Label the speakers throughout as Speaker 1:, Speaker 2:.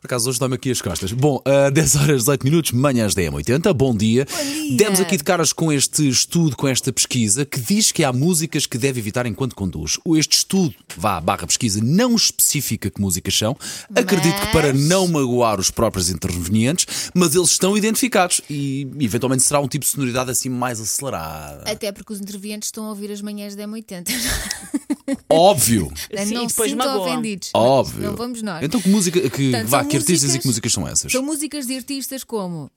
Speaker 1: Por acaso hoje dá-me aqui as costas. Bom, a 10 horas 18 minutos, manhãs da M80. Bom dia.
Speaker 2: dia.
Speaker 1: Demos aqui de caras com este estudo, com esta pesquisa, que diz que há músicas que deve evitar enquanto conduz. Este estudo, vá, barra pesquisa, não especifica que músicas são. Acredito que para
Speaker 2: Mas-
Speaker 1: não magoar os próprios intervenientes, mas eles estão identificados e eventualmente será um tipo de sonoridade assim mais acelerada.
Speaker 2: Até porque os intervenientes estão a ouvir as manhãs da M80.
Speaker 1: Óbvio!
Speaker 2: Portanto,
Speaker 3: Sim,
Speaker 2: é? não
Speaker 3: e depois
Speaker 2: se sintam
Speaker 3: magoam.
Speaker 2: ofendidos.
Speaker 1: Óbvio.
Speaker 2: Não vamos nós.
Speaker 1: Então que música, que,
Speaker 2: Portanto,
Speaker 1: vá,
Speaker 2: são
Speaker 1: que artistas e
Speaker 2: músicas-
Speaker 1: que músicas são essas?
Speaker 2: São músicas de artistas como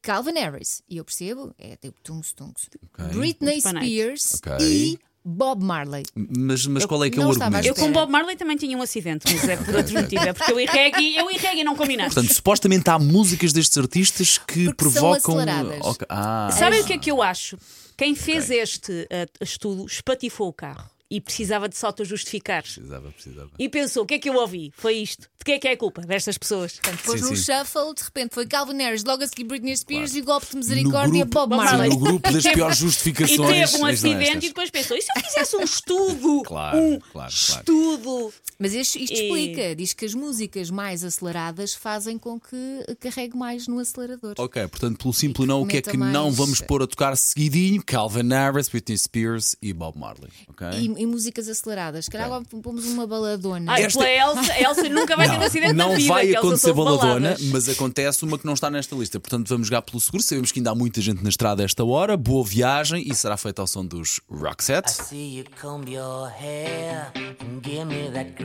Speaker 2: Calvin Harris, e eu percebo, é tipo tungs tungs. Britney
Speaker 3: Muito banais.
Speaker 2: Spears
Speaker 1: Ok.
Speaker 2: e Bob Marley.
Speaker 1: Mas, mas qual é que é
Speaker 2: não
Speaker 1: o
Speaker 2: estava à
Speaker 1: argumento?
Speaker 3: Eu com
Speaker 2: Espera.
Speaker 3: Bob Marley também tinha um acidente, mas é por outro motivo. É porque eu e reggae, eu e reggae não combinamos.
Speaker 1: Portanto, supostamente há músicas destes artistas que
Speaker 2: Porque são
Speaker 1: provocam.
Speaker 2: aceleradas.
Speaker 1: Ok, Ah,
Speaker 3: Sabem o que é que eu acho? Quem fez este eh, estudo espatifou o carro e precisava de se auto-justificar.
Speaker 1: precisava, precisava.
Speaker 3: E pensou: o que é que eu ouvi? Foi isto. De quem é que é a culpa destas pessoas? Portanto,
Speaker 2: Pôs
Speaker 1: Sim,
Speaker 2: no
Speaker 1: sim.
Speaker 2: shuffle, de repente foi Calvin Harris, logo a seguir Britney Spears
Speaker 1: Claro.
Speaker 2: e o golpe de
Speaker 1: No
Speaker 2: misericórdia
Speaker 1: grupo,
Speaker 2: Bob Marley.
Speaker 1: sim, no grupo das piores
Speaker 3: E
Speaker 1: justificações.
Speaker 3: teve um
Speaker 1: mas não
Speaker 3: acidente
Speaker 1: estas.
Speaker 3: e depois pensou: e se eu fizesse um estudo?
Speaker 1: Claro,
Speaker 3: um
Speaker 1: claro, claro.
Speaker 3: estudo.
Speaker 2: Mas isto, isto
Speaker 3: E-
Speaker 2: explica, diz que as músicas mais aceleradas fazem com que carregue mais no acelerador.
Speaker 1: Ok, portanto, pelo simples não, o que é que
Speaker 2: Comenta
Speaker 1: não
Speaker 2: mais.
Speaker 1: vamos pôr a tocar seguidinho? Calvin Harris, Britney Spears e Bob Marley. Ok?
Speaker 2: E, e músicas aceleradas. Se calhar agora pomos uma baladona.
Speaker 3: Ai,
Speaker 1: Esta-
Speaker 3: pela Elsa, a Elsa nunca vai ter um
Speaker 2: é
Speaker 3: acidente
Speaker 1: não
Speaker 3: na vida.
Speaker 1: vai
Speaker 3: que a Elsa
Speaker 1: acontecer
Speaker 3: soube
Speaker 1: baladona,
Speaker 3: baladas.
Speaker 1: mas acontece uma que não está nesta lista. Portanto, vamos jogar pelo seguro. Sabemos que ainda há muita gente na estrada a esta hora. Boa viagem e será feita ao som dos Roxette.
Speaker 4: See you comb your hair and give me that green.